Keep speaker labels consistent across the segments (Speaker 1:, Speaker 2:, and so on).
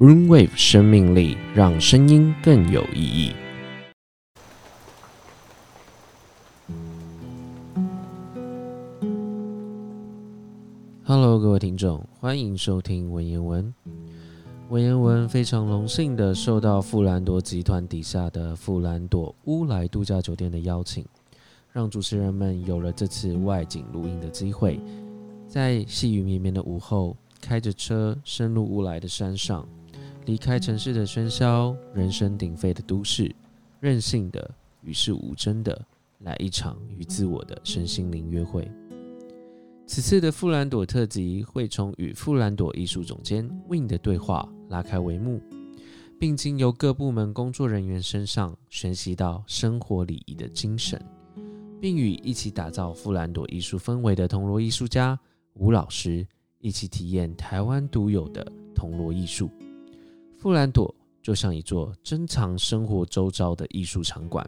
Speaker 1: Roomwave 生命力，让声音更有意义。Hello，各位听众，欢迎收听文言文。文言文非常荣幸的受到富兰朵集团底下的富兰朵乌来度假酒店的邀请，让主持人们有了这次外景录音的机会。在细雨绵绵的午后，开着车深入乌来的山上，离开城市的喧嚣，人声鼎沸的都市，任性的、与世无争的，来一场与自我的身心灵约会。此次的富兰朵特辑会从与富兰朵艺术总监 Win 的对话拉开帷幕，并经由各部门工作人员身上学习到生活礼仪的精神，并与一起打造富兰朵艺术氛围的铜锣艺术家吴老师一起体验台湾独有的铜锣艺术。富兰朵就像一座珍藏生活周遭的艺术场馆，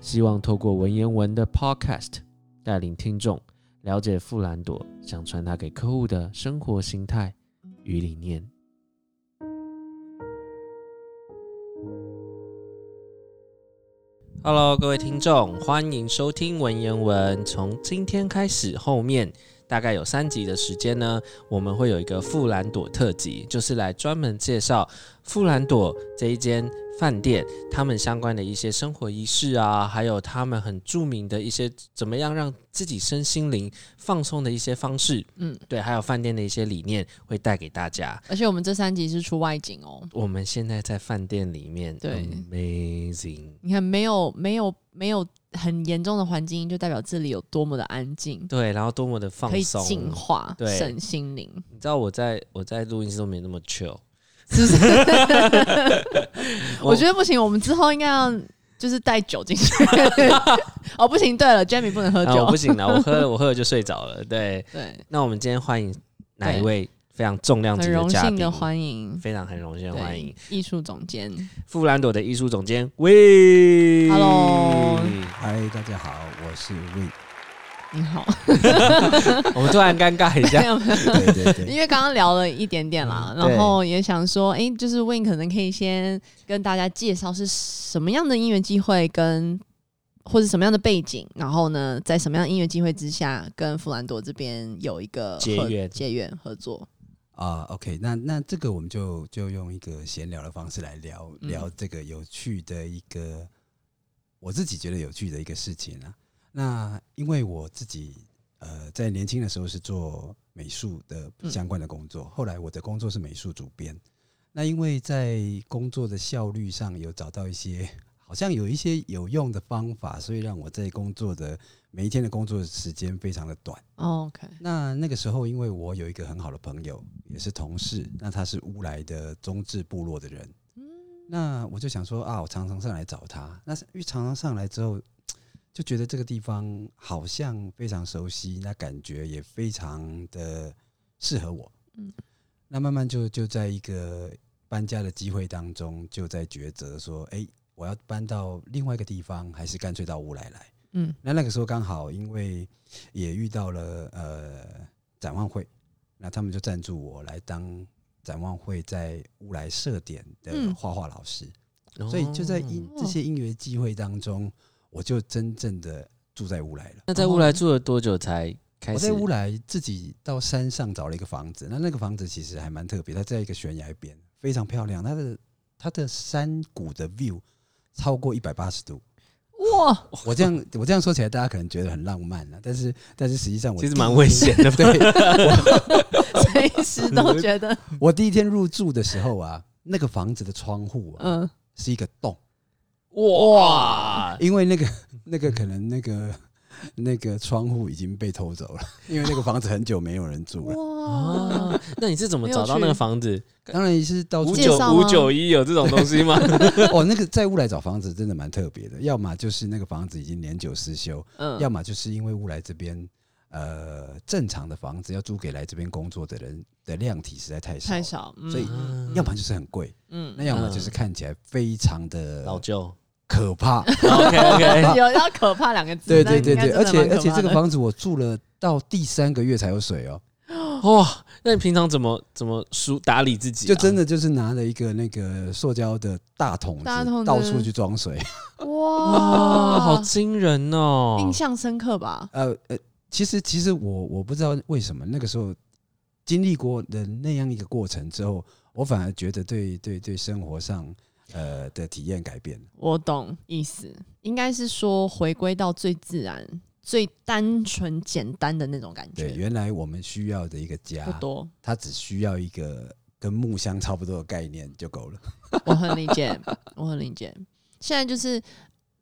Speaker 1: 希望透过文言文的 Podcast 带领听众了解富兰朵想传达给客户的生活心态与理念。Hello，各位听众，欢迎收听文言文。从今天开始，后面大概有三集的时间呢，我们会有一个富兰朵特辑，就是来专门介绍富兰朵这一间饭店，他们相关的一些生活仪式啊，还有他们很著名的一些怎么样让自己身心灵放松的一些方式，嗯
Speaker 2: 嗯，
Speaker 1: 对，还有饭店的一些理念会带给大家。
Speaker 2: 而且我们这三集是出外景哦。
Speaker 1: 我们现在在饭店里面，
Speaker 2: 对
Speaker 1: ，amazing，
Speaker 2: 你看，没有没有没有很严重的环境音，就代表这里有多么的安静，
Speaker 1: 对，然后多么的放
Speaker 2: 可以
Speaker 1: 松，
Speaker 2: 净化
Speaker 1: 对
Speaker 2: 身 心灵，
Speaker 1: 你知道我在我在录音室都没那么 chill，
Speaker 2: 是不是？
Speaker 1: 我
Speaker 2: 我觉得不行，我们之后应该要就是带酒 进去。哦，不行，对了，Jamie 不能喝
Speaker 1: 然后
Speaker 2: 酒
Speaker 1: 啊我不。行了，我喝了我喝了就睡着了。对，
Speaker 2: 对，
Speaker 1: 那我们今天欢迎哪一
Speaker 2: 对
Speaker 1: 位非常重量级
Speaker 2: 很
Speaker 1: 的
Speaker 2: 荣
Speaker 1: 嘉
Speaker 2: 幸
Speaker 1: 宾？
Speaker 2: 的欢迎，
Speaker 1: 非常很荣幸的
Speaker 2: 对
Speaker 1: 欢迎
Speaker 2: 艺术总监。
Speaker 1: 富兰朵的艺术总监喂
Speaker 2: Hello
Speaker 3: 嗨，哎大家好，我 是 w
Speaker 2: 你好，
Speaker 1: 我们突然尴尬一
Speaker 2: 没
Speaker 1: 下，
Speaker 2: 有没有
Speaker 3: 对对对，嗯
Speaker 2: 因为刚刚聊了一点点啦，
Speaker 1: 对
Speaker 2: 然后也想说，哎、就是 Win 可能可以先跟大家介绍是什么样的音乐机会跟或者什么样的背景，然后呢，在什么样的音乐机会之下，跟富兰朵这边有一个合
Speaker 1: 结缘
Speaker 2: 结缘合作。
Speaker 3: 啊、o k 那那这个我们就就用一个闲聊的方式来聊
Speaker 2: 嗯
Speaker 3: 聊这个有趣的一个、我自己觉得有趣的一个事情啊。那因为我自己呃在年轻的时候是做美术的
Speaker 2: 嗯
Speaker 3: 相关的工作，后来我的工作是美术主编。那因为在工作的效率上有找到一些 好像有一些有用的方法，所以让我在工作的每一天的工作时间非常的短。
Speaker 2: 哦 OK，
Speaker 3: 那那个时候，因为我有一个很好的朋友，也是同事，那他是乌来的中治部落的人，那我就想说啊，我常常上来找他。那是因为常常上来之后，就觉得这个地方好像非常熟悉，那感觉也非常的适合我。
Speaker 2: 嗯
Speaker 3: 那慢慢就就在一个搬家的机会当中，就在抉择说，哎、我要搬到另外一个地方，还是干脆到乌来来？
Speaker 2: 嗯
Speaker 3: 那那个时候刚好因为也遇到了呃展望会，那他们就赞助我来当展望会在乌来设点的
Speaker 2: 嗯
Speaker 3: 画画老师， 所以就在因
Speaker 2: 哦
Speaker 3: 这些因缘机会当中，我就真正的住在乌来了。
Speaker 1: 那在乌来住了多久才开
Speaker 3: 我
Speaker 1: 始？
Speaker 3: 在乌来自己到山上找了一个房子，那那个房子其实还蛮特别，它在一个悬崖边，非常漂亮，它的它的山谷的 view 超过一百八十度。
Speaker 2: 哇，
Speaker 3: 我这样我这样说起来，大家可能觉得很浪漫啊了、但是但是实际上我
Speaker 1: 其实
Speaker 3: 第一，
Speaker 1: 蛮危险的
Speaker 3: 对，
Speaker 2: 随时都觉得，
Speaker 3: 我第一天入住的时候啊，那个房子的窗户啊、
Speaker 2: 嗯，
Speaker 3: 是一个洞，
Speaker 1: 哇，
Speaker 3: 因为那个那个可能那个那个窗户已经被偷走了，因为那个房子很久没有人 住了。
Speaker 2: 哇，
Speaker 1: 啊，那你是怎么找到那个房子？
Speaker 3: 当然是到处
Speaker 1: 五
Speaker 2: 介
Speaker 1: 九
Speaker 2: 绍
Speaker 1: 五
Speaker 2: 吗
Speaker 1: 九一有这种东西 吗？
Speaker 3: 哦，那个在乌来找房子真的蛮特别的，要么就是那个房子已经年久失修，
Speaker 2: 嗯，
Speaker 3: 要么就是因为乌来这边呃正常的房子要租给来这边工作的人的量体实在太少了，
Speaker 2: 太少，嗯
Speaker 3: 所以
Speaker 2: 嗯
Speaker 3: 要么就是很贵，
Speaker 2: 嗯
Speaker 3: 那，要么就是看起来非常的
Speaker 1: 老旧
Speaker 3: 可怕。
Speaker 1: ，OK OK，
Speaker 2: 有 要可怕两个字，
Speaker 3: 对
Speaker 2: 但
Speaker 3: 对对
Speaker 2: 应该
Speaker 3: 对，
Speaker 2: 真的
Speaker 3: 而且
Speaker 2: 蛮可
Speaker 3: 而且
Speaker 2: 怕
Speaker 3: 这个
Speaker 2: 的
Speaker 3: 房子我住了到第三个月才有水哦，
Speaker 1: 哇，那你平常怎么怎么梳打理自己、啊？
Speaker 3: 就真的就是拿了一个那个塑胶的大桶
Speaker 2: 大桶子
Speaker 3: 子，到处去装水。
Speaker 1: 哇，好
Speaker 2: 哇，
Speaker 1: 惊人哦！
Speaker 2: 印象深刻吧？
Speaker 3: 呃呃，其实其实我我不知道为什么那个时候经历过的那样一个过程之后，我反而觉得对对对生活上呃的体验改变了。
Speaker 2: 我懂意思，应该是说回归到最自然、最单纯、简单的那种感
Speaker 3: 对，
Speaker 2: 觉，
Speaker 3: 原来我们需要的一个
Speaker 1: 啊
Speaker 2: 不
Speaker 3: 家，
Speaker 2: 多。
Speaker 3: 它只需要一个跟木箱差不多的概念就够了。
Speaker 2: 我很理解， 我很理解。现在就是，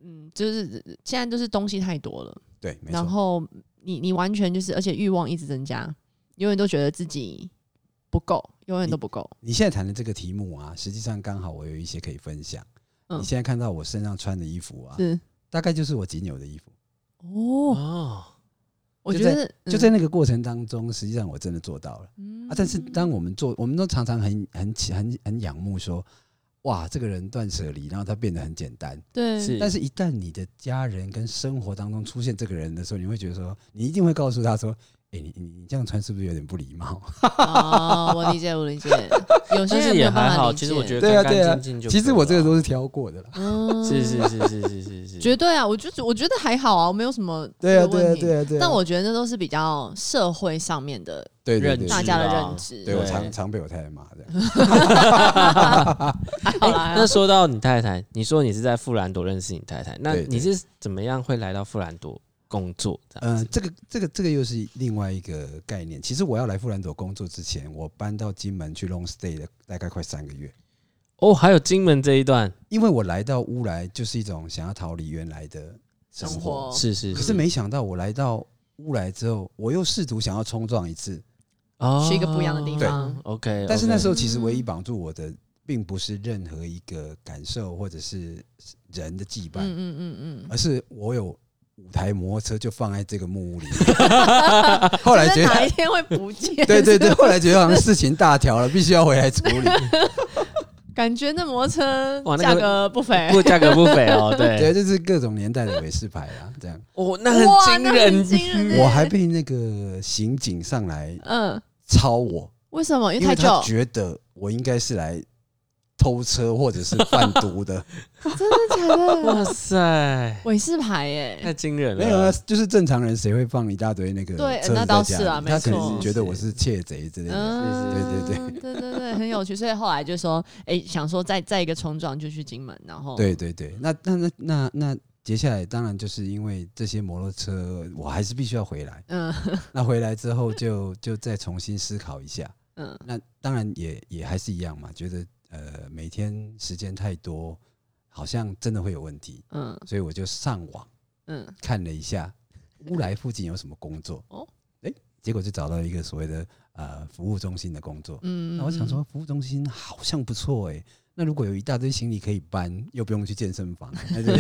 Speaker 2: 嗯，就是现在就是东西太多了，
Speaker 3: 对，没
Speaker 2: 然
Speaker 3: 错。
Speaker 2: 后你你完全就是，而且欲望一直增加，永远都觉得自己不够，永远都不够。
Speaker 3: 你现在谈的这个题目啊，实际上刚好我有一些可以分享。
Speaker 2: 嗯
Speaker 3: 你现在看到我身上穿的衣服啊，
Speaker 2: 是
Speaker 3: 大概就是我仅有的衣服。
Speaker 2: 哦，
Speaker 1: 哦，
Speaker 2: 我
Speaker 3: 就
Speaker 2: 觉
Speaker 3: 在
Speaker 2: 得嗯
Speaker 3: 就在那个过程当中，实际上我真的做到了啊！但是当我们做，我们都常常很很很很仰慕说，哇，这个人断舍离，然后他变得很简单。
Speaker 2: 对
Speaker 1: 是
Speaker 3: 但是，一旦你的家人跟生活当中出现这个人的时候，你会觉得说，你一定会告诉他说，哎、你你你这样穿是不是有点不礼貌？
Speaker 2: 啊、我理解，我理解。有些
Speaker 1: 但
Speaker 2: 人
Speaker 1: 是
Speaker 2: 没
Speaker 1: 也
Speaker 2: 有办
Speaker 1: 还
Speaker 2: 法
Speaker 1: 好，
Speaker 2: 理
Speaker 1: 其实我
Speaker 2: 解
Speaker 1: 觉得
Speaker 3: 对啊
Speaker 1: 干
Speaker 3: 对啊
Speaker 1: 干净净就
Speaker 3: 其实我这个
Speaker 1: 可以
Speaker 3: 都是挑过的啦。
Speaker 2: 嗯，
Speaker 1: 了是是是是是是 是，
Speaker 2: 绝对啊！我就我觉得还好啊，我没有什么
Speaker 3: 对啊，
Speaker 2: 这个
Speaker 3: 对
Speaker 2: 问
Speaker 3: 啊，
Speaker 2: 题
Speaker 3: 对啊，对啊。
Speaker 2: 但我觉得那都是比较社会上面的
Speaker 3: 对对
Speaker 1: 认
Speaker 3: 对
Speaker 1: 知
Speaker 2: 大
Speaker 3: 对，
Speaker 2: 家的
Speaker 1: 是啊
Speaker 2: 认知。
Speaker 3: 对我
Speaker 1: 对
Speaker 3: 常常被我太太骂的。
Speaker 2: 好啦，
Speaker 1: 哎那说到你太太，你说你是在富兰朵认识你太太，那
Speaker 3: 对对
Speaker 1: 你是怎么样会来到富兰朵工作这样
Speaker 3: 嗯、
Speaker 1: 子？
Speaker 3: 这个这个这个又是另外一个概念。其实我要来富兰朵工作之前，我搬到金门去 long stay 了大概快三个月，
Speaker 1: 哦，还有金门这一段，
Speaker 3: 因为我来到乌来就是一种想要逃离原来的生
Speaker 2: 生
Speaker 3: 活，
Speaker 2: 活
Speaker 1: 是是
Speaker 3: 可是没想到我来到乌来之后，我又试图想要冲撞一次，
Speaker 1: 哦，
Speaker 2: 去一个不一样的地
Speaker 3: 嗯
Speaker 2: 方
Speaker 1: ，OK，
Speaker 3: 但是那时候其实
Speaker 2: 嗯
Speaker 3: 唯一绑住我的，并不是任何一个感受或者是人的羁绊，
Speaker 2: 嗯嗯嗯
Speaker 3: 而
Speaker 2: 嗯，
Speaker 3: 是我有五台摩托车就放在这个木 屋里面。后来
Speaker 2: 觉
Speaker 3: 觉
Speaker 2: 得
Speaker 3: 得
Speaker 2: 哪一天会不见？
Speaker 3: 对对对，后来觉得好像事情大条了，必须要回来处理。
Speaker 2: 感觉那摩托
Speaker 1: 哇那
Speaker 2: 车
Speaker 1: 个
Speaker 2: 价格不菲，
Speaker 1: 不过价格不菲 哦，对，
Speaker 3: 对，就是各种年代的韦氏牌啊，这样。
Speaker 1: 哦，那
Speaker 2: 哇
Speaker 1: 很惊
Speaker 2: 那很 惊
Speaker 1: 人，
Speaker 2: 人欸
Speaker 3: 我还被那个刑警上来
Speaker 2: 嗯，
Speaker 3: 抄我，
Speaker 2: 为什么？因
Speaker 3: 因
Speaker 2: 为
Speaker 3: 为
Speaker 2: 太
Speaker 3: 他
Speaker 2: 久，
Speaker 3: 觉得我应该是来偷车或者是贩毒 的，
Speaker 2: 真的假的？
Speaker 1: 哇塞，
Speaker 2: 韦氏牌耶，
Speaker 1: 太惊人
Speaker 3: 没有啊
Speaker 1: 了，，
Speaker 3: 就是正常人谁会放一大堆那个
Speaker 2: 对
Speaker 3: 车子
Speaker 2: 那
Speaker 3: 在
Speaker 2: 倒
Speaker 3: 家
Speaker 2: 是啊
Speaker 3: 里
Speaker 2: 没
Speaker 3: 他可
Speaker 2: 错
Speaker 3: 能觉得我是窃贼之类的。
Speaker 2: 嗯，
Speaker 3: 对
Speaker 2: 对
Speaker 3: 对
Speaker 2: 对对对，很有趣。所以后来就说，哎，想说再再一个冲撞就去金门，然后
Speaker 3: 对对对，那那那那那接下来当然就是因为这些摩托车，我还是必须要回来。
Speaker 2: 嗯
Speaker 3: 那回来之后就就再重新思考一下。
Speaker 2: 嗯
Speaker 3: 那当然也也还是一样嘛，觉得呃每天时间太多，好像真的会有问题，
Speaker 2: 嗯
Speaker 3: 所以我就上网
Speaker 2: 嗯，
Speaker 3: 看了一下乌来附近有什么工作。
Speaker 2: 哦
Speaker 3: 哦，哎、结果就找到一个所谓的呃服务中心的工作。
Speaker 2: 嗯，
Speaker 3: 那我想说，服务中心好像不错哎、那如果有一大堆行李可以搬，又不用去健身房， 那就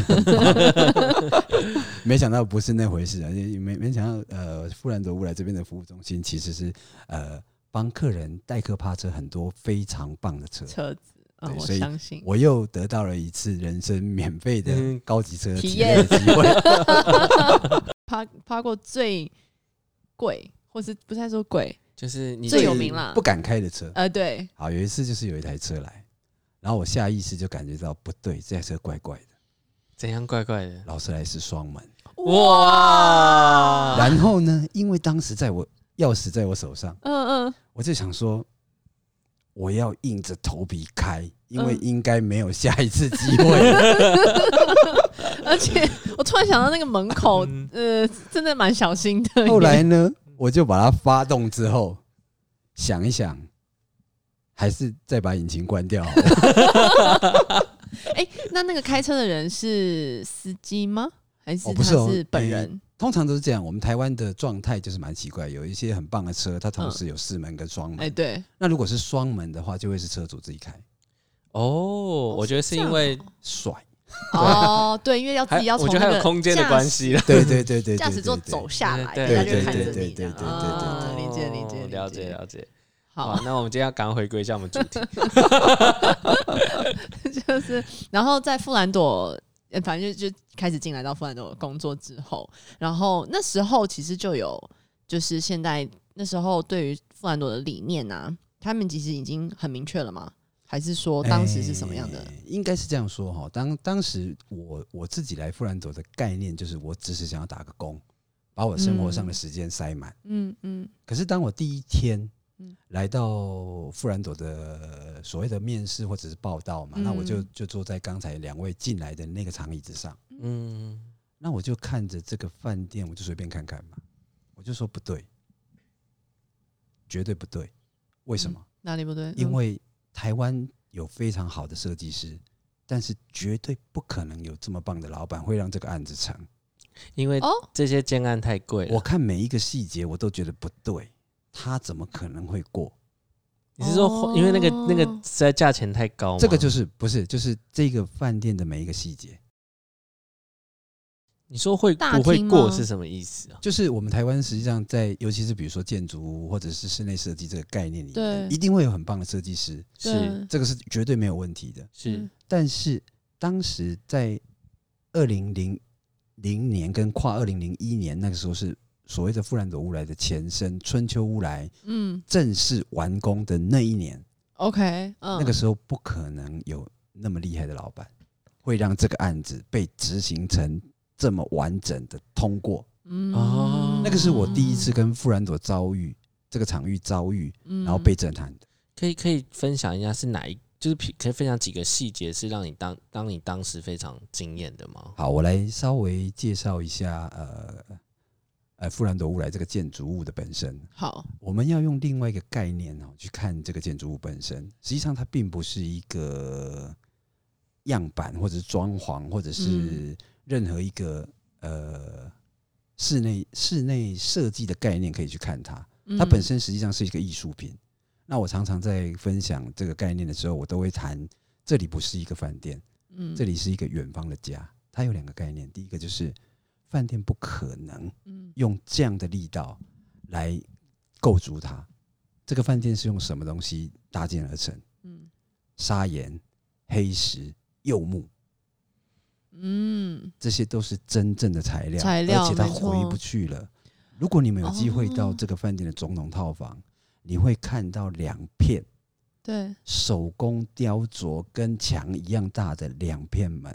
Speaker 3: 没想到不是那回事啊！也也没没想到，呃，富兰德乌来这边的服务中心其实是呃帮客人代客趴车很多非常棒 的车，
Speaker 2: 车子，啊，
Speaker 3: 对
Speaker 2: 我
Speaker 3: 所以
Speaker 2: 相信。
Speaker 3: 我又得到了一次人生免费的
Speaker 1: 嗯
Speaker 3: 高级车
Speaker 2: 体
Speaker 3: 体验的机会。
Speaker 2: 趴趴过最贵，或是不太说贵，
Speaker 1: 就是你
Speaker 2: 最
Speaker 1: 是
Speaker 2: 有名啦
Speaker 3: 不敢开的车。
Speaker 2: 呃，对，
Speaker 3: 好，有一次就是有一台车来，然后我下意识就感觉到不对，这台车怪怪的，
Speaker 1: 怎样怪怪的，
Speaker 3: 劳斯莱斯双门。
Speaker 2: 啊
Speaker 1: 哇，
Speaker 3: 然后呢，因为当时在我钥匙在我手上，
Speaker 2: 嗯嗯，
Speaker 3: 我就想说，我要硬着头皮开，因为
Speaker 2: 嗯
Speaker 3: 应该没有下一次机 会。
Speaker 2: 而且我突然想到那个门口，呃，真的蛮小心的。
Speaker 3: 后来，呢，我就把它发动之后，想一想，还是再把引擎关掉好 了。
Speaker 2: 哎，那那个开车的人是司机吗？还是
Speaker 3: 哦
Speaker 2: 他
Speaker 3: 不是哦
Speaker 2: 是本人？
Speaker 3: 通常都是这样，我们台湾的状态就是蛮奇怪，有一些很棒的车，它同时有四门跟双门。
Speaker 2: 嗯哎，对，
Speaker 3: 那如果是双门的话，就会是车主自己开，
Speaker 1: 哦，我觉得是因为
Speaker 3: 帅。
Speaker 2: 哦，对，因为要自
Speaker 1: 还
Speaker 2: 己要
Speaker 1: 我
Speaker 2: 从
Speaker 1: 觉得还有空间的关系啦。
Speaker 3: 对对对对对对对
Speaker 2: 驾驶，驾驶座走下来，
Speaker 1: 对
Speaker 2: 人家
Speaker 3: 对
Speaker 2: 就看
Speaker 3: 对
Speaker 2: 着
Speaker 3: 对
Speaker 2: 你这
Speaker 3: 对
Speaker 2: 样，
Speaker 3: 对对
Speaker 2: 啊
Speaker 3: 对
Speaker 2: 理解理解
Speaker 1: 哦
Speaker 2: 理
Speaker 1: 了解了解。
Speaker 2: 好
Speaker 1: 好，，那我们今天要赶快回归一下我们主 题。
Speaker 2: 就是，然后在富兰朵，呃反正就就开始进来到富兰朵工作之后，然后那时候其实就有就是现在那时候对于富兰朵的理念啊，他们其实已经很明确了吗？还是说当时是什么样的？
Speaker 3: 哎应该是这样说哈。当当时我我自己来富兰朵的概念就是，我只是想要打个工，把我生活上的时间塞满。
Speaker 2: 嗯嗯
Speaker 3: 可是当我第一天
Speaker 2: 嗯
Speaker 3: 来到富兰朵的所谓的面试或者是报道嘛，
Speaker 2: 嗯
Speaker 3: 那我就就坐在刚才两位进来的那个长椅子上，
Speaker 1: 嗯，
Speaker 3: 那我就看着这个饭店，我就随便看看嘛，我就说不对，绝对不对，为什么？
Speaker 2: 哪里不对？
Speaker 3: 因
Speaker 2: 嗯
Speaker 3: 为台湾有非常好的设计师，但是绝对不可能有这么棒的老板会让这个案子成。
Speaker 1: 因为
Speaker 2: 哦，
Speaker 1: 这些建案太贵了。
Speaker 3: 我看每一个细节，我都觉得不对，他怎么可能会过？
Speaker 1: 你是说，
Speaker 2: 哦
Speaker 1: 因为那个那个实在价钱太高吗，
Speaker 2: 啊
Speaker 3: 这个就是不是就是这个饭店的每一个细节，
Speaker 1: 你说会
Speaker 2: 大厅
Speaker 1: 不会过
Speaker 2: 吗
Speaker 1: 是什么意思啊？
Speaker 3: 就是我们台湾实际上在，尤其是比如说建筑物或者是室内设计这个概念里面，
Speaker 2: 对
Speaker 3: 一定会有很棒的设计师，
Speaker 1: 是
Speaker 3: 这个是绝对没有问题的。
Speaker 1: 是
Speaker 2: 嗯
Speaker 3: 但是当时在二零零零年跟跨二零零一年那个时候是所谓的富兰朵乌来的前身春秋乌来
Speaker 2: 嗯
Speaker 3: 正式完工的那一年，
Speaker 2: ，OK，嗯，
Speaker 3: 那个时候不可能有那么厉害的老板会让这个案子被执行成这么完整的通过。
Speaker 2: 嗯
Speaker 1: 哦
Speaker 3: 那个是我第一次，跟富兰朵遭遇这个场域遭遇，
Speaker 2: 嗯
Speaker 3: 然后被震撼的。
Speaker 1: 可以可以分享一下是哪一，就是可以可以分享几个细节是让你当当你当时非常惊艳的吗？
Speaker 3: 好，我来稍微介绍一下，呃，呃，富兰朵乌来这个建筑物的本身。
Speaker 2: 好，
Speaker 3: 我们要用另外一个概念哦去看这个建筑物本身，实际上它并不是一个样板，或者是装潢，或者是任何一个、呃室内室内设计的概念可以去看它。它
Speaker 2: 嗯
Speaker 3: 本身实际上是一个艺术品。那我常常在分享这个概念的时候，我都会谈这里不是一个饭店，
Speaker 2: 嗯
Speaker 3: 这里是一个远方的家。它有两个概念，第一个就是饭店不可能
Speaker 2: 嗯
Speaker 3: 用这样的力道来构筑它。这个饭店是用什么东西搭建而成？
Speaker 2: 嗯
Speaker 3: 砂岩、黑石、柚木，
Speaker 2: 嗯
Speaker 3: 这些都是真正的材料，
Speaker 2: 材料
Speaker 3: 而且它
Speaker 2: 没错
Speaker 3: 回不去了。如果你们有机会到
Speaker 2: 哦
Speaker 3: 这个饭店的总统套房，你会看到两片
Speaker 2: 对，
Speaker 3: 手工雕琢跟墙一样大的两片门，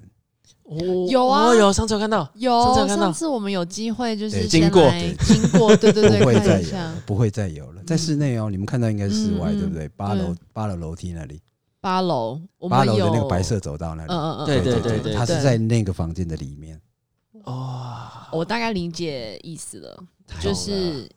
Speaker 1: 哦
Speaker 2: 有啊
Speaker 1: 哦有上次有看到，上次有
Speaker 2: 有
Speaker 1: 看到
Speaker 2: 上次我们有机会就
Speaker 3: 对
Speaker 2: 是
Speaker 3: 经
Speaker 2: 先
Speaker 3: 过
Speaker 2: 来经过，对对对，
Speaker 3: 不会再
Speaker 2: 看一
Speaker 3: 有
Speaker 2: 下
Speaker 3: 了，不会再有了。在
Speaker 2: 嗯
Speaker 3: 室内哦，你们看到应该是室外，
Speaker 2: 嗯嗯
Speaker 3: 对不对？八
Speaker 2: 对
Speaker 3: 楼八楼楼梯那里，
Speaker 2: 八楼，我
Speaker 3: 八
Speaker 2: 们
Speaker 3: 楼
Speaker 2: 有
Speaker 3: 的那个白色，走道那里
Speaker 2: 嗯，嗯嗯，
Speaker 1: 对
Speaker 2: 嗯
Speaker 1: 对
Speaker 2: 嗯
Speaker 1: 对
Speaker 2: 嗯
Speaker 1: 对
Speaker 3: 它是在那个房间的里面，
Speaker 1: 哇，
Speaker 2: 我大概理解意思了，
Speaker 1: 太好
Speaker 2: 就
Speaker 1: 了
Speaker 2: 是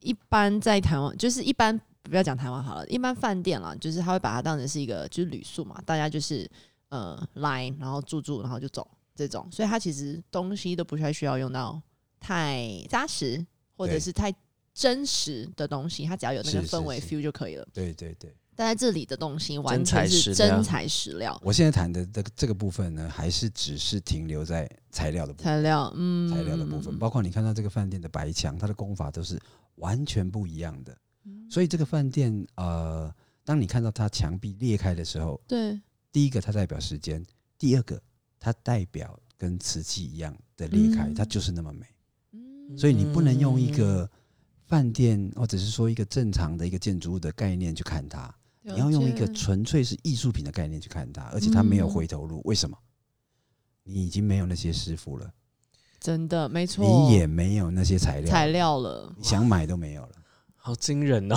Speaker 2: 一般在台湾，就是一般不要讲台湾好了，一般饭店啦，就是他会把它当成是一个就是旅宿嘛，大家就是呃来，然后住住，然后就走这种，所以它其实东西都不太需要用到太扎实或者
Speaker 3: 对
Speaker 2: 是太真实的东西，它只要有那个
Speaker 3: 是是
Speaker 2: 氛围
Speaker 3: 是
Speaker 2: feel 就可以了。
Speaker 3: 对对对。
Speaker 2: 但在这里的东西完
Speaker 1: 材
Speaker 2: 全是
Speaker 1: 实料
Speaker 2: 真材实料，
Speaker 3: 我现在谈的这个这个部分呢，还是只是停留在材料的部分，
Speaker 2: 材料，嗯，
Speaker 3: 材料的部分，包括你看到这个饭店的白墙，它的工法都是完全不一样的。所以这个饭店，呃，当你看到它墙壁裂开的时候，
Speaker 2: 对，
Speaker 3: 第一个它代表时间，第二个它代表跟瓷器一样的裂开，
Speaker 2: 嗯
Speaker 3: 它就是那么美。
Speaker 2: 嗯
Speaker 3: 所以你不能用一个饭店或者是说一个正常的一个建筑物的概念去看它，你要用一个
Speaker 2: 了解
Speaker 3: 纯粹是艺术品的概念去看它，而且它
Speaker 2: 嗯
Speaker 3: 没有回头路。为什么？你已经没有那些师傅了，
Speaker 2: 真的没错，
Speaker 3: 你也没有那些材料，
Speaker 2: 材料 嗯了，
Speaker 3: 你想买都没有了。
Speaker 1: 好惊人哦！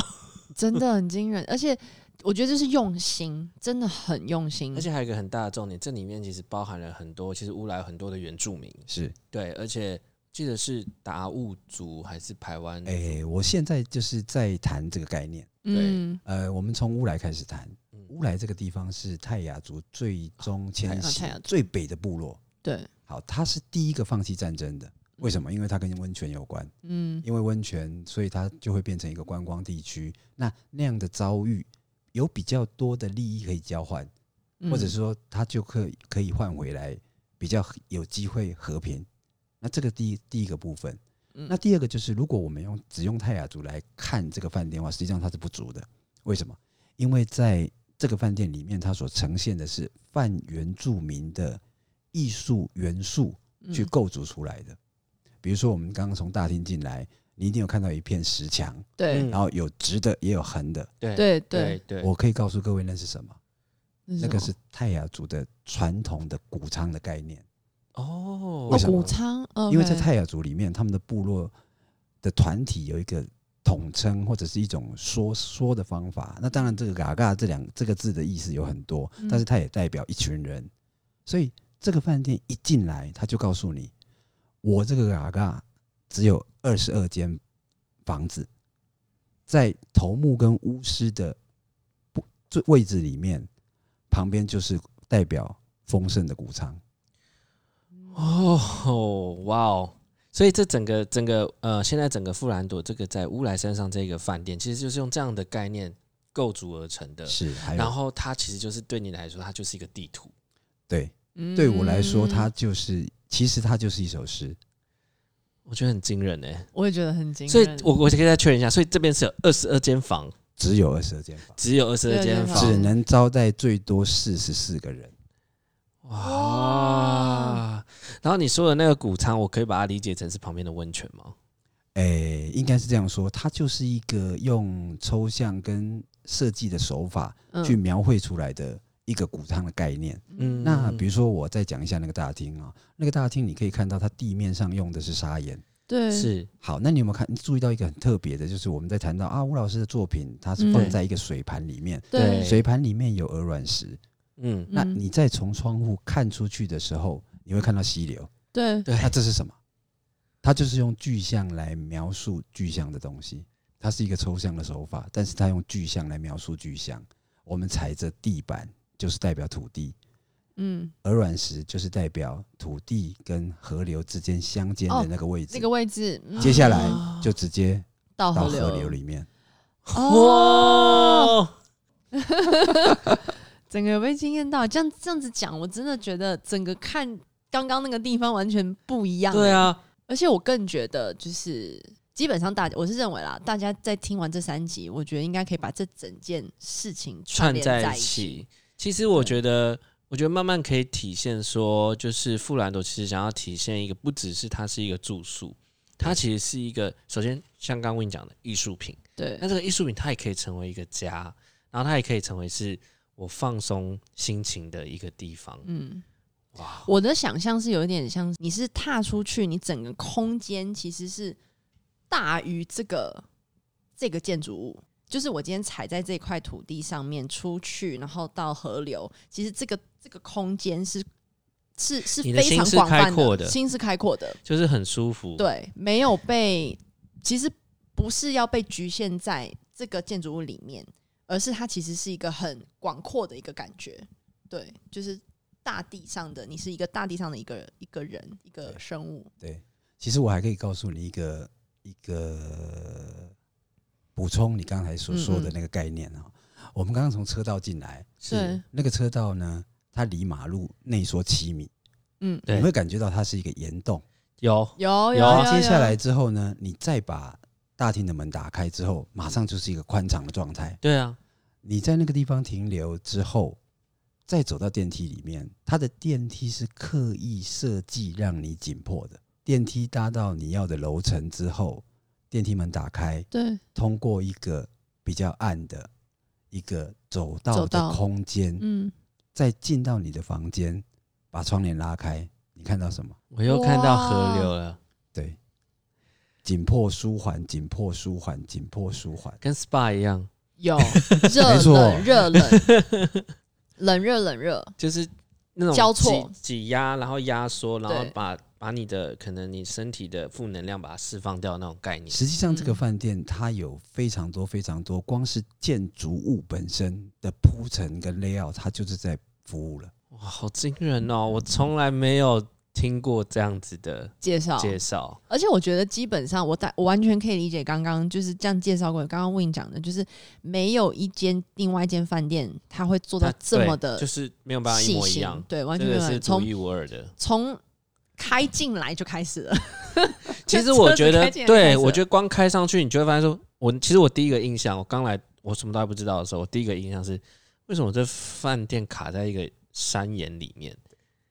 Speaker 2: 真的很惊人，而且我觉得这是用心，真的很用心，
Speaker 1: 而且还有一个很大的重点，这里面其实包含了很多，其实乌来有很多的原住民，
Speaker 3: 是，
Speaker 1: 对，而且记得是达悟族还是排湾族？
Speaker 3: 哎、我现在就是在谈这个概念。
Speaker 2: 嗯，
Speaker 3: 呃，我们从乌来开始谈，
Speaker 1: 嗯
Speaker 3: 乌来这个地方是泰雅族最终迁徙
Speaker 2: 泰雅族
Speaker 3: 最北的部落。
Speaker 2: 对，
Speaker 3: 好，它是第一个放弃战争的。为什么？因为它跟温泉有关，
Speaker 2: 嗯
Speaker 3: 因为温泉，所以它就会变成一个观光地区。那那样的遭遇，有比较多的利益可以交换，
Speaker 2: 嗯，
Speaker 3: 或者说它就可以可以换回来，比较有机会和平。那这个第一第一个部分，
Speaker 2: 嗯
Speaker 3: 那第二个就是，如果我们用只用泰雅族来看这个饭店的话，实际上它是不足的。为什么？因为在这个饭店里面，它所呈现的是泛原住民的艺术元素，去
Speaker 2: 嗯
Speaker 3: 构筑出来的。比如说，我们刚刚从大厅进来，你一定有看到一片石墙，
Speaker 2: 对
Speaker 1: 嗯
Speaker 3: 然后有直的也有横的。
Speaker 1: 对
Speaker 2: 对
Speaker 1: 对
Speaker 2: 对，
Speaker 1: 对，
Speaker 3: 我可以告诉各位，那是什么？
Speaker 2: 那
Speaker 3: 那个
Speaker 2: 什
Speaker 3: 是泰雅族的传统的谷仓的概念，
Speaker 1: 哦，
Speaker 3: 为
Speaker 2: 么
Speaker 3: 什
Speaker 2: 哦，
Speaker 3: 么
Speaker 2: 谷仓，
Speaker 3: 因为在
Speaker 2: OK
Speaker 3: 泰雅族里面，他们的部落的团体有一个统称或者是一种说说的方法。那当然，这个“嘎嘎”这两这个字的意思有很多
Speaker 2: 嗯，
Speaker 3: 但是它也代表一群人。所以这个饭店一进来，他就告诉你，我这个“嘎嘎”只有二十二间房子，在头目跟巫师的不这位置里面，旁边就是代表丰盛的谷仓。
Speaker 1: 哦，哇哦！所以这整个整个呃，现在整个富兰朵这个在乌来山上这个饭店，其实就是用这样的概念构筑而成的。
Speaker 3: 是，还
Speaker 1: 然
Speaker 3: 有
Speaker 1: 后它其实就是对你来说，它就是一个地图。
Speaker 3: 对。
Speaker 2: 嗯
Speaker 3: 对我来说，它就是其实它就是一首诗。
Speaker 1: 我觉得很惊人哎、
Speaker 2: 我也觉得很惊人，
Speaker 1: 所以我我可以再确认一下，所以这边是有二十二间房，
Speaker 3: 只有二十二间房，
Speaker 1: 只有二十二间
Speaker 2: 22间
Speaker 1: 房
Speaker 2: 房
Speaker 3: 只，能招待最多四十四个人。
Speaker 1: 哇！然后你说的那个谷仓，我可以把它理解成是旁边的温泉吗？
Speaker 3: 诶，应该是这样说，它就是一个用抽象跟设计的手法
Speaker 2: 嗯
Speaker 3: 去描绘出来的一个谷仓的概念。
Speaker 1: 嗯，
Speaker 3: 那比如说，我再讲一下那个大厅啊，那个大厅你可以看到它地面上用的是砂岩。
Speaker 2: 对
Speaker 1: 是
Speaker 3: 好，那你有没有看注意到一个很特别的，就是我们在谈到啊，吴老师的作品，它是
Speaker 2: 嗯
Speaker 3: 放在一个水盘里面，
Speaker 1: 对
Speaker 3: 水盘里面有鹅卵石，
Speaker 1: 嗯，
Speaker 3: 那
Speaker 2: 嗯
Speaker 3: 你再从窗户看出去的时候，你会看到溪流。
Speaker 2: 对
Speaker 1: 对
Speaker 3: 那这是什么？它就是用具象来描述具象的东西，它是一个抽象的手法，但是它用具象来描述具象。我们踩着地板就是代表土地，
Speaker 2: 嗯
Speaker 3: 鹅卵石就是代表土地跟河流之间相间
Speaker 2: 哦
Speaker 3: 的那个位置。
Speaker 2: 那个位置，嗯
Speaker 3: 接下来就直接
Speaker 2: 到
Speaker 3: 到
Speaker 2: 河
Speaker 3: 河流
Speaker 2: 里，
Speaker 3: 里面。
Speaker 2: 哦
Speaker 1: 哇！
Speaker 2: 整个被惊艳到。这样这样子讲，我真的觉得整个看刚刚那个地方完全不一样。欸
Speaker 1: 对，啊，
Speaker 2: 而且我更觉得就是。基本上大家，我是认为啦，大家在听完这三集，我觉得应该可以把这整件事情
Speaker 1: 串
Speaker 2: 联
Speaker 1: 在
Speaker 2: 在
Speaker 1: 一。起。其实我觉得，我觉得慢慢可以体现说，就是富兰朵其实想要体现一个，不只是它是一个住宿，它其实是一个，首先像刚刚你讲的艺术品，
Speaker 2: 对
Speaker 1: 那，这个艺术品它也可以成为一个家，然后它也可以成为是我放松心情的一个地方。
Speaker 2: 嗯，
Speaker 1: 哇，
Speaker 2: 我的想象是有一点像，你是踏出去，你整个空间其实是大于这个这个建筑物。就是我今天踩在这块土地上面出去，然后到河流，其实这个这个空间是是是
Speaker 1: 你的
Speaker 2: 非常
Speaker 1: 心是
Speaker 2: 广泛
Speaker 1: 开阔的
Speaker 2: 心是开阔的，
Speaker 1: 就是很舒服。，
Speaker 2: 对，没有被，其实不是要被局限在这个建筑物里面，而是它其实是一个很广阔的一个感觉。对，就是大地上的，你是一个大地上的一个一个人，一个
Speaker 3: 对
Speaker 2: 生物。
Speaker 3: 对，其实我还可以告诉你一个一个补充你刚才所说
Speaker 2: 嗯
Speaker 3: 的
Speaker 2: 嗯
Speaker 3: 那个概念啊、我们刚刚从车道进来，
Speaker 2: 对，
Speaker 3: 那个车道呢，它离马路内缩七米，
Speaker 2: 嗯，
Speaker 1: 对
Speaker 3: 你会感觉到它是一个岩洞。
Speaker 1: 有
Speaker 2: 有
Speaker 1: 然后
Speaker 2: 有有
Speaker 3: 啊接下来，之后呢，你再把大厅的门打开之后，马上就是一个宽敞的状态。
Speaker 1: 对啊，
Speaker 3: 你在那个地方停留之后，再走到电梯里面，它的电梯是刻意设计让你紧迫的。电梯搭到你要的楼层之后，电梯门打开，
Speaker 2: 对
Speaker 3: 通过一个比较暗的一个走道
Speaker 2: 走
Speaker 3: 的
Speaker 2: 道
Speaker 3: 空间，
Speaker 2: 嗯，
Speaker 3: 再进到你的房间，把窗帘拉开，你看到什么？
Speaker 1: 我又看到河流了，
Speaker 3: 对，紧迫舒缓，紧迫舒缓，紧迫舒缓。
Speaker 1: 跟 SPA 一样，
Speaker 2: 有
Speaker 3: 没
Speaker 2: 热
Speaker 3: 错
Speaker 2: 冷热冷冷热冷热，
Speaker 1: 就是那种
Speaker 2: 交错
Speaker 1: 挤挤压，然后压缩，然后
Speaker 2: 对
Speaker 1: 把把你的可能你身体的负能量把它释放掉那种概念。
Speaker 3: 实际上，这个
Speaker 2: 嗯
Speaker 3: 饭店它有非常多非常多，光是建筑物本身的铺陈跟 layout，它就是在服务了。
Speaker 1: 哇，好惊人哦！我从来没有听过这样子的
Speaker 2: 介绍
Speaker 1: 介绍。
Speaker 2: 而且我觉得基本上我大我完全可以理解刚刚就是这样介绍过，刚刚 Win 讲的，就是没有一间另外一间饭店他会做到
Speaker 1: 那
Speaker 2: 这么
Speaker 1: 对
Speaker 2: 的
Speaker 1: 就是没有办法一
Speaker 2: 细
Speaker 1: 模一
Speaker 2: 心
Speaker 1: 样，，
Speaker 2: 对，完
Speaker 1: 这
Speaker 2: 全
Speaker 1: 个
Speaker 2: 没有
Speaker 1: 是
Speaker 2: 办法
Speaker 1: 独
Speaker 2: 从
Speaker 1: 一无二 的。
Speaker 2: 从开进来就开始了。
Speaker 1: 其实我觉
Speaker 2: 车子
Speaker 1: 得
Speaker 2: 开进，来开
Speaker 1: 对
Speaker 2: 始
Speaker 1: 我觉得光开上去，你就会发现说，我其实我第一个印象，我刚来我什么都还不知道的时候，我第一个印象是，为什么这饭店卡在一个山岩里面？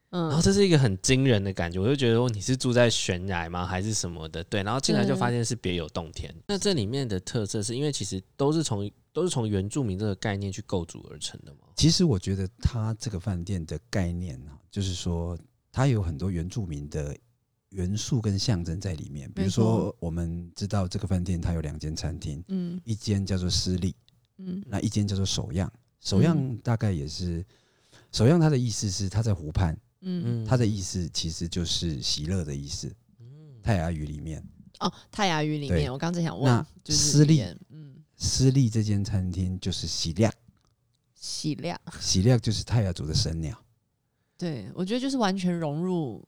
Speaker 1: 然后
Speaker 2: 嗯，
Speaker 1: 这是一个很惊人的感觉，我就觉得哦，你是住在悬崖吗，还是什么的？对，然后进来就发现是别有洞天。那这里面的特色是因为其实都是从都是从原住民这个概念去构筑而成的嘛。
Speaker 2: 哦
Speaker 3: 其实我觉得他这个饭店的概念啊，就是说它有很多原住民的元素跟象征在里面。比如
Speaker 2: 没
Speaker 3: 说，我们知道这个饭店它有两间餐厅，
Speaker 2: 嗯
Speaker 3: 一间叫做私立，
Speaker 2: 嗯
Speaker 3: 那一间叫做首样。首样大概也是，首样它的意思是它在湖畔，
Speaker 2: 嗯，
Speaker 3: 它的意思其实就是喜乐的意思，
Speaker 2: 嗯
Speaker 3: 泰雅语里面。
Speaker 2: 哦，泰雅语里
Speaker 3: 对
Speaker 2: 面，我刚才想问
Speaker 3: 那，
Speaker 2: 就是
Speaker 3: 私立
Speaker 2: 语言嗯，
Speaker 3: 私立这间餐厅就是喜亮，
Speaker 2: 喜亮，
Speaker 3: 喜亮就是泰雅族的神鸟。
Speaker 2: 对我觉得就是完全融入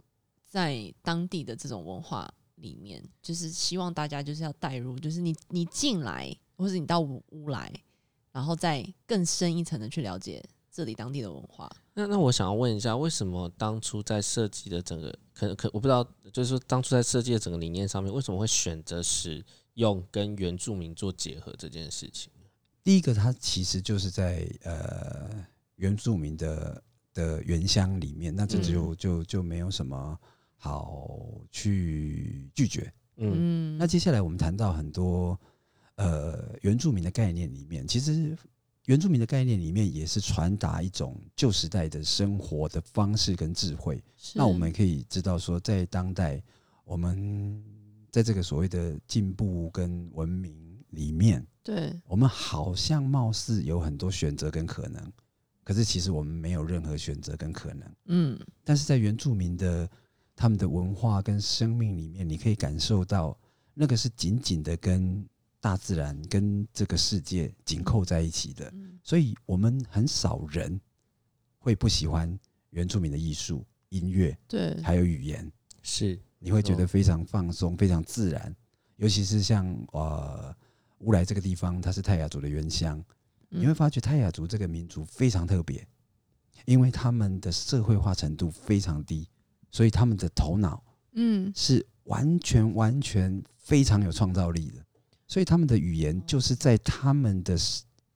Speaker 2: 在当地的这种文化里面，就是希望大家就是要带入，就是你你进来，或者你到乌乌来，然后再更深一层的去了解这里当地的文化。
Speaker 1: 那那我想要问一下，为什么当初在设计的整个可能可我不知道，就是说当初在设计的整个理念上面，为什么会选择使用跟原住民做结合这件事情？
Speaker 3: 第一个，它其实就是在呃原住民的的原乡里面，那这就、就就没有什么好去拒绝。
Speaker 1: 嗯
Speaker 2: 嗯，
Speaker 3: 那接下来我们谈到很多呃原住民的概念里面，其实原住民的概念里面也是传达一种旧时代的生活的方式跟智慧。
Speaker 2: 是
Speaker 3: 那我们可以知道说，在当代我们在这个所谓的进步跟文明里面。
Speaker 2: 对
Speaker 3: 我们好像貌似有很多选择跟可能，可是其实我们没有任何选择跟可能。
Speaker 2: 嗯
Speaker 3: 但是在原住民的他们的文化跟生命里面，你可以感受到那个是紧紧的跟大自然、跟这个世界紧扣在一起的。
Speaker 2: 嗯
Speaker 3: 所以我们很少人会不喜欢原住民的艺术、音乐
Speaker 2: 对
Speaker 3: 还有语言。
Speaker 1: 是
Speaker 3: 你会觉得非常放松、非常自然。尤其是像呃乌来这个地方，它是泰雅族的原乡，
Speaker 2: 嗯
Speaker 3: 你会发觉泰雅族这个民族非常特别，因为他们的社会化程度非常低，所以他们的头脑
Speaker 2: 嗯
Speaker 3: 是完全完全非常有创造力的，所以他们的语言就是在他们的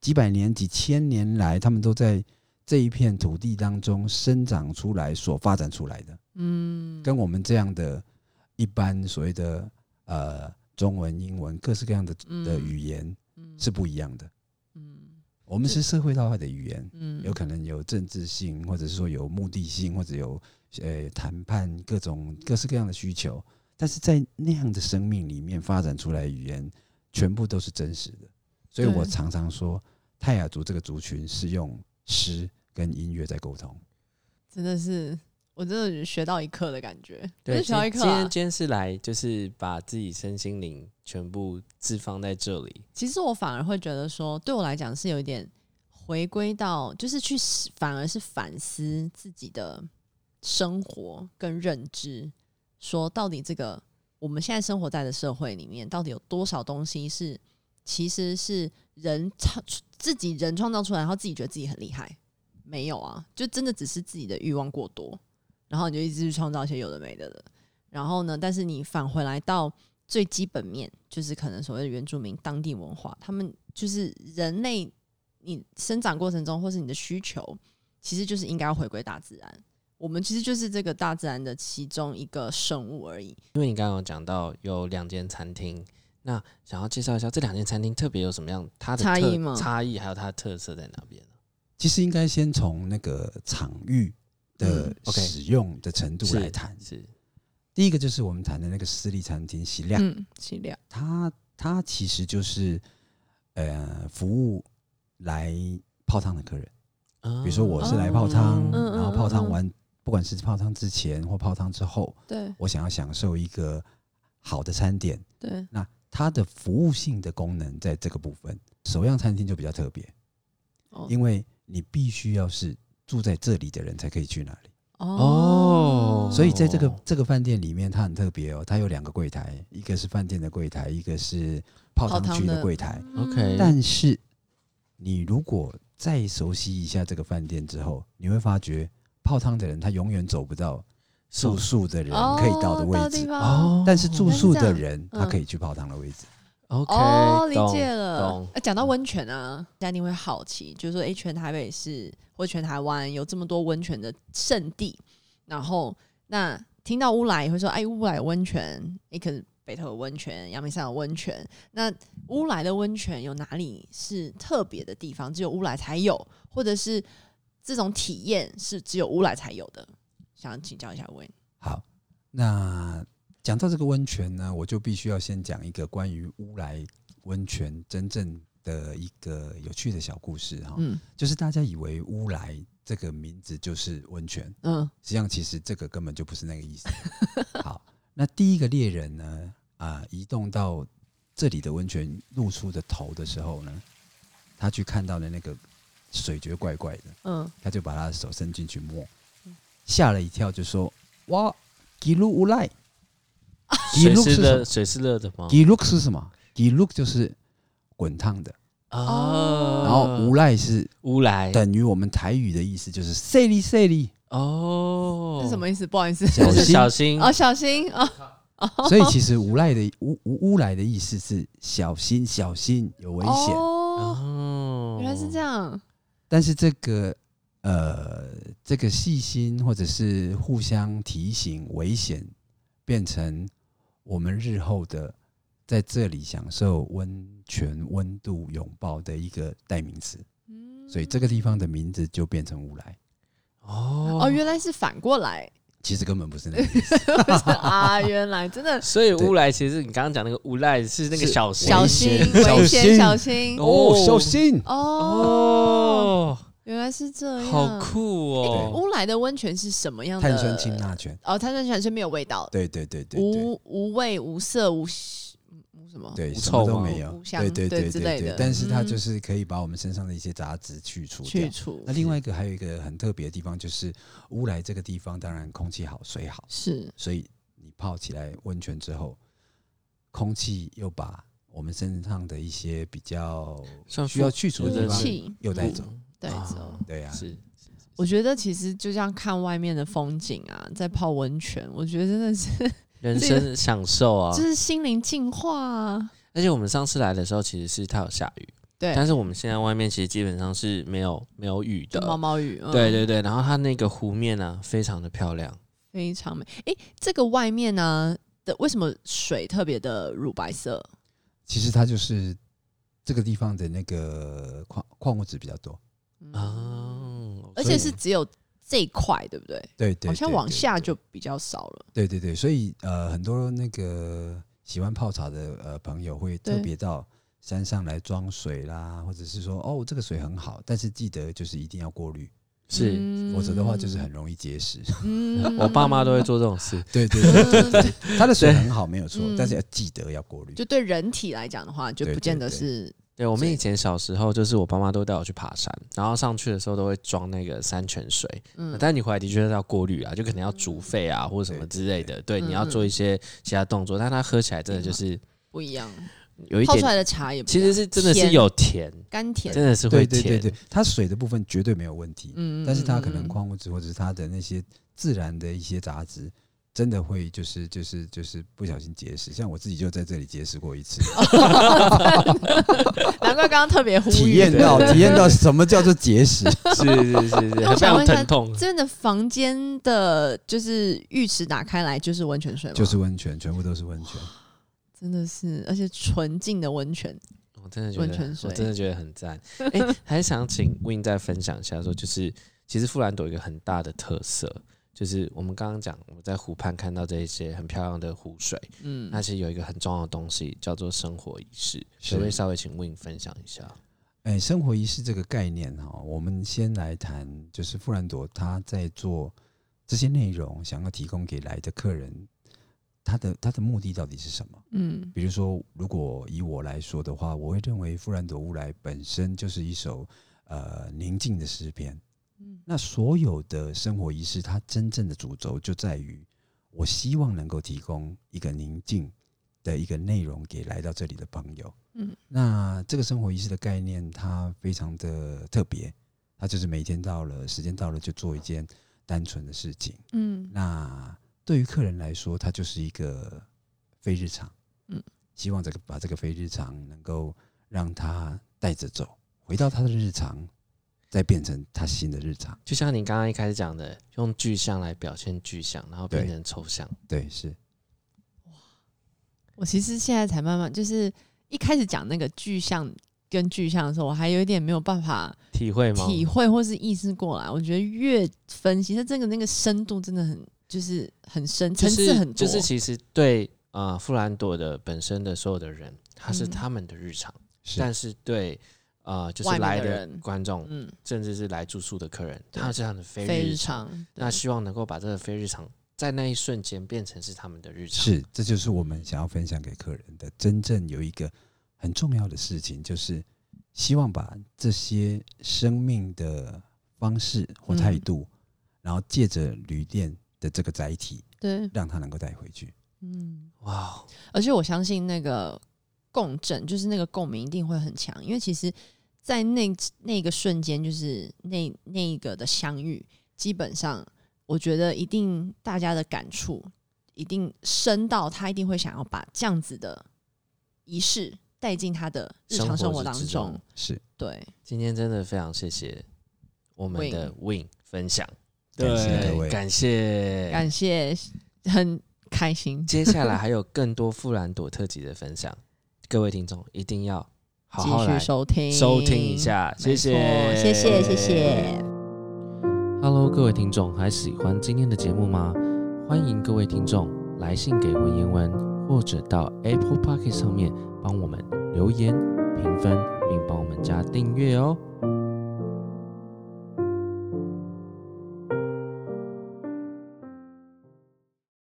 Speaker 3: 几百年、几千年来，他们都在这一片土地当中生长出来、所发展出来的。
Speaker 2: 嗯
Speaker 3: 跟我们这样的一般所谓的呃中文、英文各式各样的的语言
Speaker 2: 嗯
Speaker 3: 是不一样的。
Speaker 2: 嗯
Speaker 3: 我们是社会化的语言，
Speaker 2: 嗯
Speaker 3: 有可能有政治性，或者是说有目的性，或者有呃谈判各种各式各样的需求。但是在那样的生命里面发展出来的语言，全部都是真实的。所以
Speaker 2: 对
Speaker 3: 我常常说，泰雅族这个族群是用诗跟音乐在沟通。
Speaker 2: 真的是我真的学到一课的感觉，不
Speaker 1: 对，
Speaker 2: 是学到一
Speaker 1: 今
Speaker 2: 课
Speaker 1: 今
Speaker 2: 啊、
Speaker 1: 天今天是来就是把自己身心灵全部置放在这里，
Speaker 2: 其实我反而会觉得说，对我来讲是有一点回归到，就是去思反而是反思自己的生活跟认知，说到底这个我们现在生活在的社会里面，到底有多少东西是其实是人创自己人创造出来，然后自己觉得自己很厉害，没有啊，就真的只是自己的欲望过多，然后你就一直去创造一些有的没的的，然后呢，但是你返回来到最基本面，就是可能所谓的原住民当地文化，他们就是人类你生长过程中或是你的需求，其实就是应该要回归大自然。我们其实就是这个大自然的其中一个生物而已。
Speaker 1: 因为你刚刚有讲到有两间餐厅，那想要介绍一下这两间餐厅特别有什么样它的
Speaker 2: 差
Speaker 1: 特
Speaker 2: 异吗
Speaker 1: 差异还有它的特色在哪边呢？
Speaker 3: 其实应该先从那个场域的
Speaker 2: 嗯
Speaker 1: ，OK
Speaker 3: 使用的程度
Speaker 1: 是
Speaker 3: 来谈。
Speaker 1: 是
Speaker 3: 第一个就是我们谈的那个私立餐厅喜亮，
Speaker 2: 嗯，系列
Speaker 3: 它它其实就是呃服务来泡汤的客人，
Speaker 1: 比
Speaker 3: 比如说我是来泡汤，
Speaker 2: 哦
Speaker 3: 然后泡汤
Speaker 2: 嗯嗯嗯
Speaker 3: 完，不管是泡汤之前或泡汤之后，
Speaker 2: 对
Speaker 3: 我想要享受一个好的餐点，
Speaker 2: 对，
Speaker 3: 那它的服务性的功能在这个部分，首样餐厅就比较特别，
Speaker 2: 哦
Speaker 3: 因为你必须要是住在这里的人才可以去那里。
Speaker 1: 哦
Speaker 3: 所以在这个
Speaker 1: 哦
Speaker 3: 这个饭店里面，它很特别哦，它有两个柜台，一个是饭店的柜台，一个是泡
Speaker 2: 泡
Speaker 3: 汤
Speaker 2: 汤
Speaker 3: 区的
Speaker 2: 的
Speaker 3: 柜台。
Speaker 1: OK 嗯
Speaker 3: 但是你如果再熟悉一下这个饭店之后，你会发觉泡汤的人他永远走不到住宿的人可以到的位置，
Speaker 2: 哦
Speaker 3: 但是住
Speaker 2: 原
Speaker 3: 宿
Speaker 2: 来
Speaker 3: 的
Speaker 2: 是这
Speaker 3: 人
Speaker 2: 嗯
Speaker 3: 他可以去泡汤的位置。
Speaker 1: OK
Speaker 2: 哦，理
Speaker 1: 懂
Speaker 2: 解了
Speaker 1: 懂。
Speaker 2: 哎，讲到温泉啊，家庭会好奇，就是说，哎、全台北市或全台湾有这么多温泉的圣地，然后那听到乌来也会说，哎，乌来有温泉，你可能北投有温泉，阳明山有温泉。那乌来的温泉有哪里是特别的地方，只有乌来才有，或者是这种体验是只有乌来才有的？想请教一下问，
Speaker 3: 好，那讲到这个温泉呢，我就必须要先讲一个关于乌来温泉真正的一个有趣的小故事哈、
Speaker 2: 嗯
Speaker 3: 就是大家以为乌来这个名字就是温泉，
Speaker 2: 嗯
Speaker 3: 实际上其实这个根本就不是那个意思。好，那第一个猎人呢，啊、移动到这里的温泉露出的头的时候呢，他去看到的那个水觉得怪怪的，
Speaker 2: 嗯，
Speaker 3: 他就把他的手伸进去摸，吓了一跳，就说：“哇，吉鲁乌赖，
Speaker 1: 水是
Speaker 3: Giluk 是什
Speaker 1: 热，
Speaker 3: 么
Speaker 1: 水是热的吗？
Speaker 3: 吉鲁是什么？吉鲁就是滚烫的，
Speaker 1: 呃
Speaker 2: 哦
Speaker 3: 然后乌赖是
Speaker 1: 乌啊来
Speaker 3: 等于我们台语的意思，就是 s 哩 s 哩。
Speaker 1: 哦，
Speaker 2: 是什么意思？不好意思，
Speaker 3: 小
Speaker 1: 就是
Speaker 3: 心
Speaker 1: 小心
Speaker 2: 哦，小心哦，
Speaker 3: 所以其实无赖的无无乌来的意思是小心小心有危险，
Speaker 2: 哦，
Speaker 1: 哦
Speaker 2: 原来是这样，
Speaker 3: 但是这个呃这个细心或者是互相提醒危险，变成我们日后的在这里享受温泉温度拥抱的一个代名词，
Speaker 2: 嗯
Speaker 3: 所以这个地方的名字就变成乌来，
Speaker 1: 哦
Speaker 2: 哦，原来是反过来
Speaker 3: 其实根本不是那个意思，
Speaker 2: 啊，原来真的
Speaker 1: 所以
Speaker 3: 对
Speaker 1: 乌来其实你刚刚讲那个乌来是那个
Speaker 3: 是
Speaker 1: 小小
Speaker 2: 小心
Speaker 3: 小
Speaker 2: 危险，
Speaker 3: 心
Speaker 2: 小心
Speaker 1: 哦
Speaker 3: 哦，小心。
Speaker 2: 哦，
Speaker 1: 哦，
Speaker 2: 原来是这样，
Speaker 1: 好酷
Speaker 3: 哎
Speaker 1: 哦！
Speaker 2: 乌来的温泉是什么样的？
Speaker 3: 碳酸氢钠泉，
Speaker 2: 哦，碳酸泉是没有味道的，
Speaker 3: 对对对对对。
Speaker 2: 无无味、无色、无无什么？
Speaker 3: 对，
Speaker 1: 无
Speaker 3: 什
Speaker 1: 臭
Speaker 3: 么都
Speaker 1: 吗
Speaker 3: 没有
Speaker 2: 无，香
Speaker 3: 对对
Speaker 2: 对
Speaker 3: 对
Speaker 2: 之
Speaker 3: 对
Speaker 2: 类
Speaker 3: 对
Speaker 2: 的，
Speaker 3: 但是它
Speaker 2: 嗯
Speaker 3: 就是可以把我们身上的一些杂质去除掉
Speaker 2: 去。除
Speaker 3: 那另外一个还有一个很特别的地方，就是乌来这个地方，当然空气好，水好，
Speaker 2: 是
Speaker 3: 所以你泡起来温泉之后，空气又把我们身上的一些比较
Speaker 1: 算
Speaker 3: 需要
Speaker 1: 负
Speaker 3: 去除
Speaker 1: 有
Speaker 3: 的地
Speaker 1: 的
Speaker 2: 污
Speaker 1: 是
Speaker 3: 方
Speaker 2: 气
Speaker 3: 又带走。
Speaker 2: 带走。
Speaker 1: 啊
Speaker 3: 对呀、
Speaker 1: 是
Speaker 2: 我觉得其实就这样看外面的风景啊，在泡温泉，我觉得真的是
Speaker 1: 人
Speaker 2: 这个
Speaker 1: 生享受啊
Speaker 2: 就！是心灵净化啊。
Speaker 1: 而且我们上次来的时候其实是它有下雨，
Speaker 2: 对，
Speaker 1: 但是我们现在外面其实基本上是没有没有雨
Speaker 2: 就
Speaker 1: 的。
Speaker 2: 毛毛雨，嗯
Speaker 1: 对对对，然后它那个湖面啊，非常的漂亮。
Speaker 2: 非常美。诶，这个外面呢、的为什么水特别的乳白色？
Speaker 3: 其实它就是这个地方的那个矿矿物质比较多。
Speaker 2: 嗯，
Speaker 1: 哦，
Speaker 2: 而
Speaker 1: 所
Speaker 2: 且
Speaker 1: 以
Speaker 2: 是只有这一块，对不对？
Speaker 3: 对对
Speaker 2: 好像
Speaker 3: 对
Speaker 2: 往
Speaker 3: 对
Speaker 2: 下
Speaker 3: 对
Speaker 2: 就比较少了。
Speaker 3: 对对对，所以呃，很多那个喜欢泡茶的呃朋友会特
Speaker 2: 对
Speaker 3: 别到山上来装水啦，或者是说
Speaker 1: 嗯
Speaker 3: 哦，这个水很好，但是记得就是一定要过滤，
Speaker 1: 是
Speaker 3: 否则的话就是很容易 结石。
Speaker 2: 嗯
Speaker 1: 我爸妈都会做这种 事。
Speaker 3: 对对对对
Speaker 2: 嗯
Speaker 3: 对，它的水很好没有错
Speaker 2: 嗯，
Speaker 3: 但是要记得要
Speaker 1: 嗯
Speaker 3: 过滤。
Speaker 2: 就对人体来讲的话，就
Speaker 3: 对
Speaker 2: 不见得
Speaker 3: 对对
Speaker 2: 是
Speaker 1: 对我们
Speaker 2: 对
Speaker 1: 以前小时候，就是我爸妈都带我去爬山，然后上去的时候都会装那个山泉水，
Speaker 2: 嗯
Speaker 1: 但你回来的确是要过滤啊，就可能要煮沸啊或者什么之类的，对，
Speaker 2: 嗯
Speaker 1: 你要做一些其他动作，但它喝起来真的就是
Speaker 2: 不一样。
Speaker 1: 有一
Speaker 2: 泡出来
Speaker 1: 点，
Speaker 2: 的茶也不一
Speaker 1: 其
Speaker 2: 样
Speaker 1: 实是真的是有甜，
Speaker 2: 甘甜，
Speaker 1: 真的是会
Speaker 3: 对对对
Speaker 1: 甜，
Speaker 3: 对，它水的部分绝对没有问题，
Speaker 2: 嗯
Speaker 3: 但是它可能
Speaker 2: 嗯嗯
Speaker 3: 矿物质或者是它的那些自然的一些杂质。真的会就是就是就是不小心结石，像我自己就在这里结石过 一次，
Speaker 1: 哦
Speaker 2: 嗯难怪刚刚特别呼
Speaker 3: 体
Speaker 2: 吁
Speaker 3: 验到体验到什么叫做结石。
Speaker 1: 是是是是，
Speaker 2: 那我
Speaker 1: 很非
Speaker 2: 想
Speaker 1: 常
Speaker 2: 问一下
Speaker 1: 疼痛。啊
Speaker 2: 这边的房间的，就是浴池打开来就是温泉水吗？
Speaker 3: 就是温泉，全部都是温泉。
Speaker 2: 真的是，而且纯净的温泉。
Speaker 1: 我真的觉
Speaker 2: 温泉
Speaker 1: 得，
Speaker 2: 水
Speaker 1: 我真的觉得很赞。哎、还想请 Win 再分享一下说就是其实富兰朵有一个很大的特色，就是我们刚刚讲，我们在湖畔看到这一些很漂亮的湖水，
Speaker 2: 嗯
Speaker 1: 那，其实有一个很重要的东西叫做生活仪式，
Speaker 3: 是
Speaker 1: 可不可以稍微请 Win 分享一下？
Speaker 3: 哎、生活仪式这个概念哈、我们先来谈，就是富兰朵他在做这些内容，想要提供给来的客人，他的他的目的到底是什么？
Speaker 2: 嗯
Speaker 3: 比如说，如果以我来说的话，我会认为富兰朵乌来本身就是一首呃宁静的诗篇。
Speaker 2: 嗯
Speaker 3: 那所有的生活仪式，它真正的主轴就在于，我希望能够提供一个宁静的一个内容给来到这里的朋友。
Speaker 2: 嗯
Speaker 3: 那这个生活仪式的概念，它非常的特别，它就是每天到了时间到了就做一件单纯的事情。
Speaker 2: 嗯
Speaker 3: 那对于客人来说，它就是一个非日常，
Speaker 2: 嗯
Speaker 3: 嗯，希望这个把这个非日常能够让他带着走，回到他的日常，再变成他新的日常。
Speaker 1: 就像你刚刚一开始讲的，用具象来表现具象，然后变成抽象。
Speaker 3: 对，是
Speaker 2: 我其实现在才慢慢，就是一开始讲那个具象跟具象的时候，我还有一点没有办法
Speaker 1: 体会吗？
Speaker 2: 体会或是意识过来。我觉得越分析，它这个那个深度真的很，就是很深，层
Speaker 1: 就
Speaker 2: 次很
Speaker 1: 是
Speaker 2: 多。
Speaker 1: 就是，其实对啊、呃，富兰朵的本身的所有的人，他是
Speaker 2: 嗯
Speaker 1: 他们的日常，
Speaker 3: 是
Speaker 1: 但是对呃，就
Speaker 2: 外
Speaker 1: 是
Speaker 2: 面的
Speaker 1: 来的
Speaker 2: 人
Speaker 1: 观众，
Speaker 2: 嗯，
Speaker 1: 甚至是来住宿的客人，
Speaker 2: 对
Speaker 1: 他是他们的非
Speaker 2: 非
Speaker 1: 日
Speaker 2: 日
Speaker 1: 常。
Speaker 2: 常。
Speaker 1: 那希望能够把这个非日常，在那一瞬间变成是他们的日常。
Speaker 3: 是，这就是我们想要分享给客人的。真正有一个很重要的事情，就是希望把这些生命的方式或态
Speaker 2: 嗯
Speaker 3: 度，然后借着旅店的这个载体，
Speaker 2: 对，
Speaker 3: 让他能够带回去。
Speaker 2: 嗯，
Speaker 1: 哇哦，
Speaker 2: 而且我相信那个共振，就是那个共鸣一定会很强，因为其实，在那那个瞬间，就是那那一个的相遇，基本上我觉得一定大家的感触一定深到他一定会想要把这样子的仪式带进他的日常生活当
Speaker 1: 生活之中
Speaker 3: 是，
Speaker 2: 对，
Speaker 1: 今天真的非常谢谢我们的 Win 分享，
Speaker 3: 感谢各位
Speaker 1: 感谢。
Speaker 2: 感谢，很开心，
Speaker 1: 接下来还有更多富兰朵特辑的分享，各位听众一定要好好
Speaker 2: 继
Speaker 1: 来
Speaker 2: 续收听
Speaker 1: 收听一，下，谢
Speaker 2: 没错
Speaker 1: 谢，
Speaker 2: 谢谢，谢谢。。
Speaker 1: Hello，各位听众，还喜欢今天的节目吗？欢迎各位听众来信给文言文，或者到 Apple p o c k e t 上面帮我们留言、评分，并帮我们加订阅哦。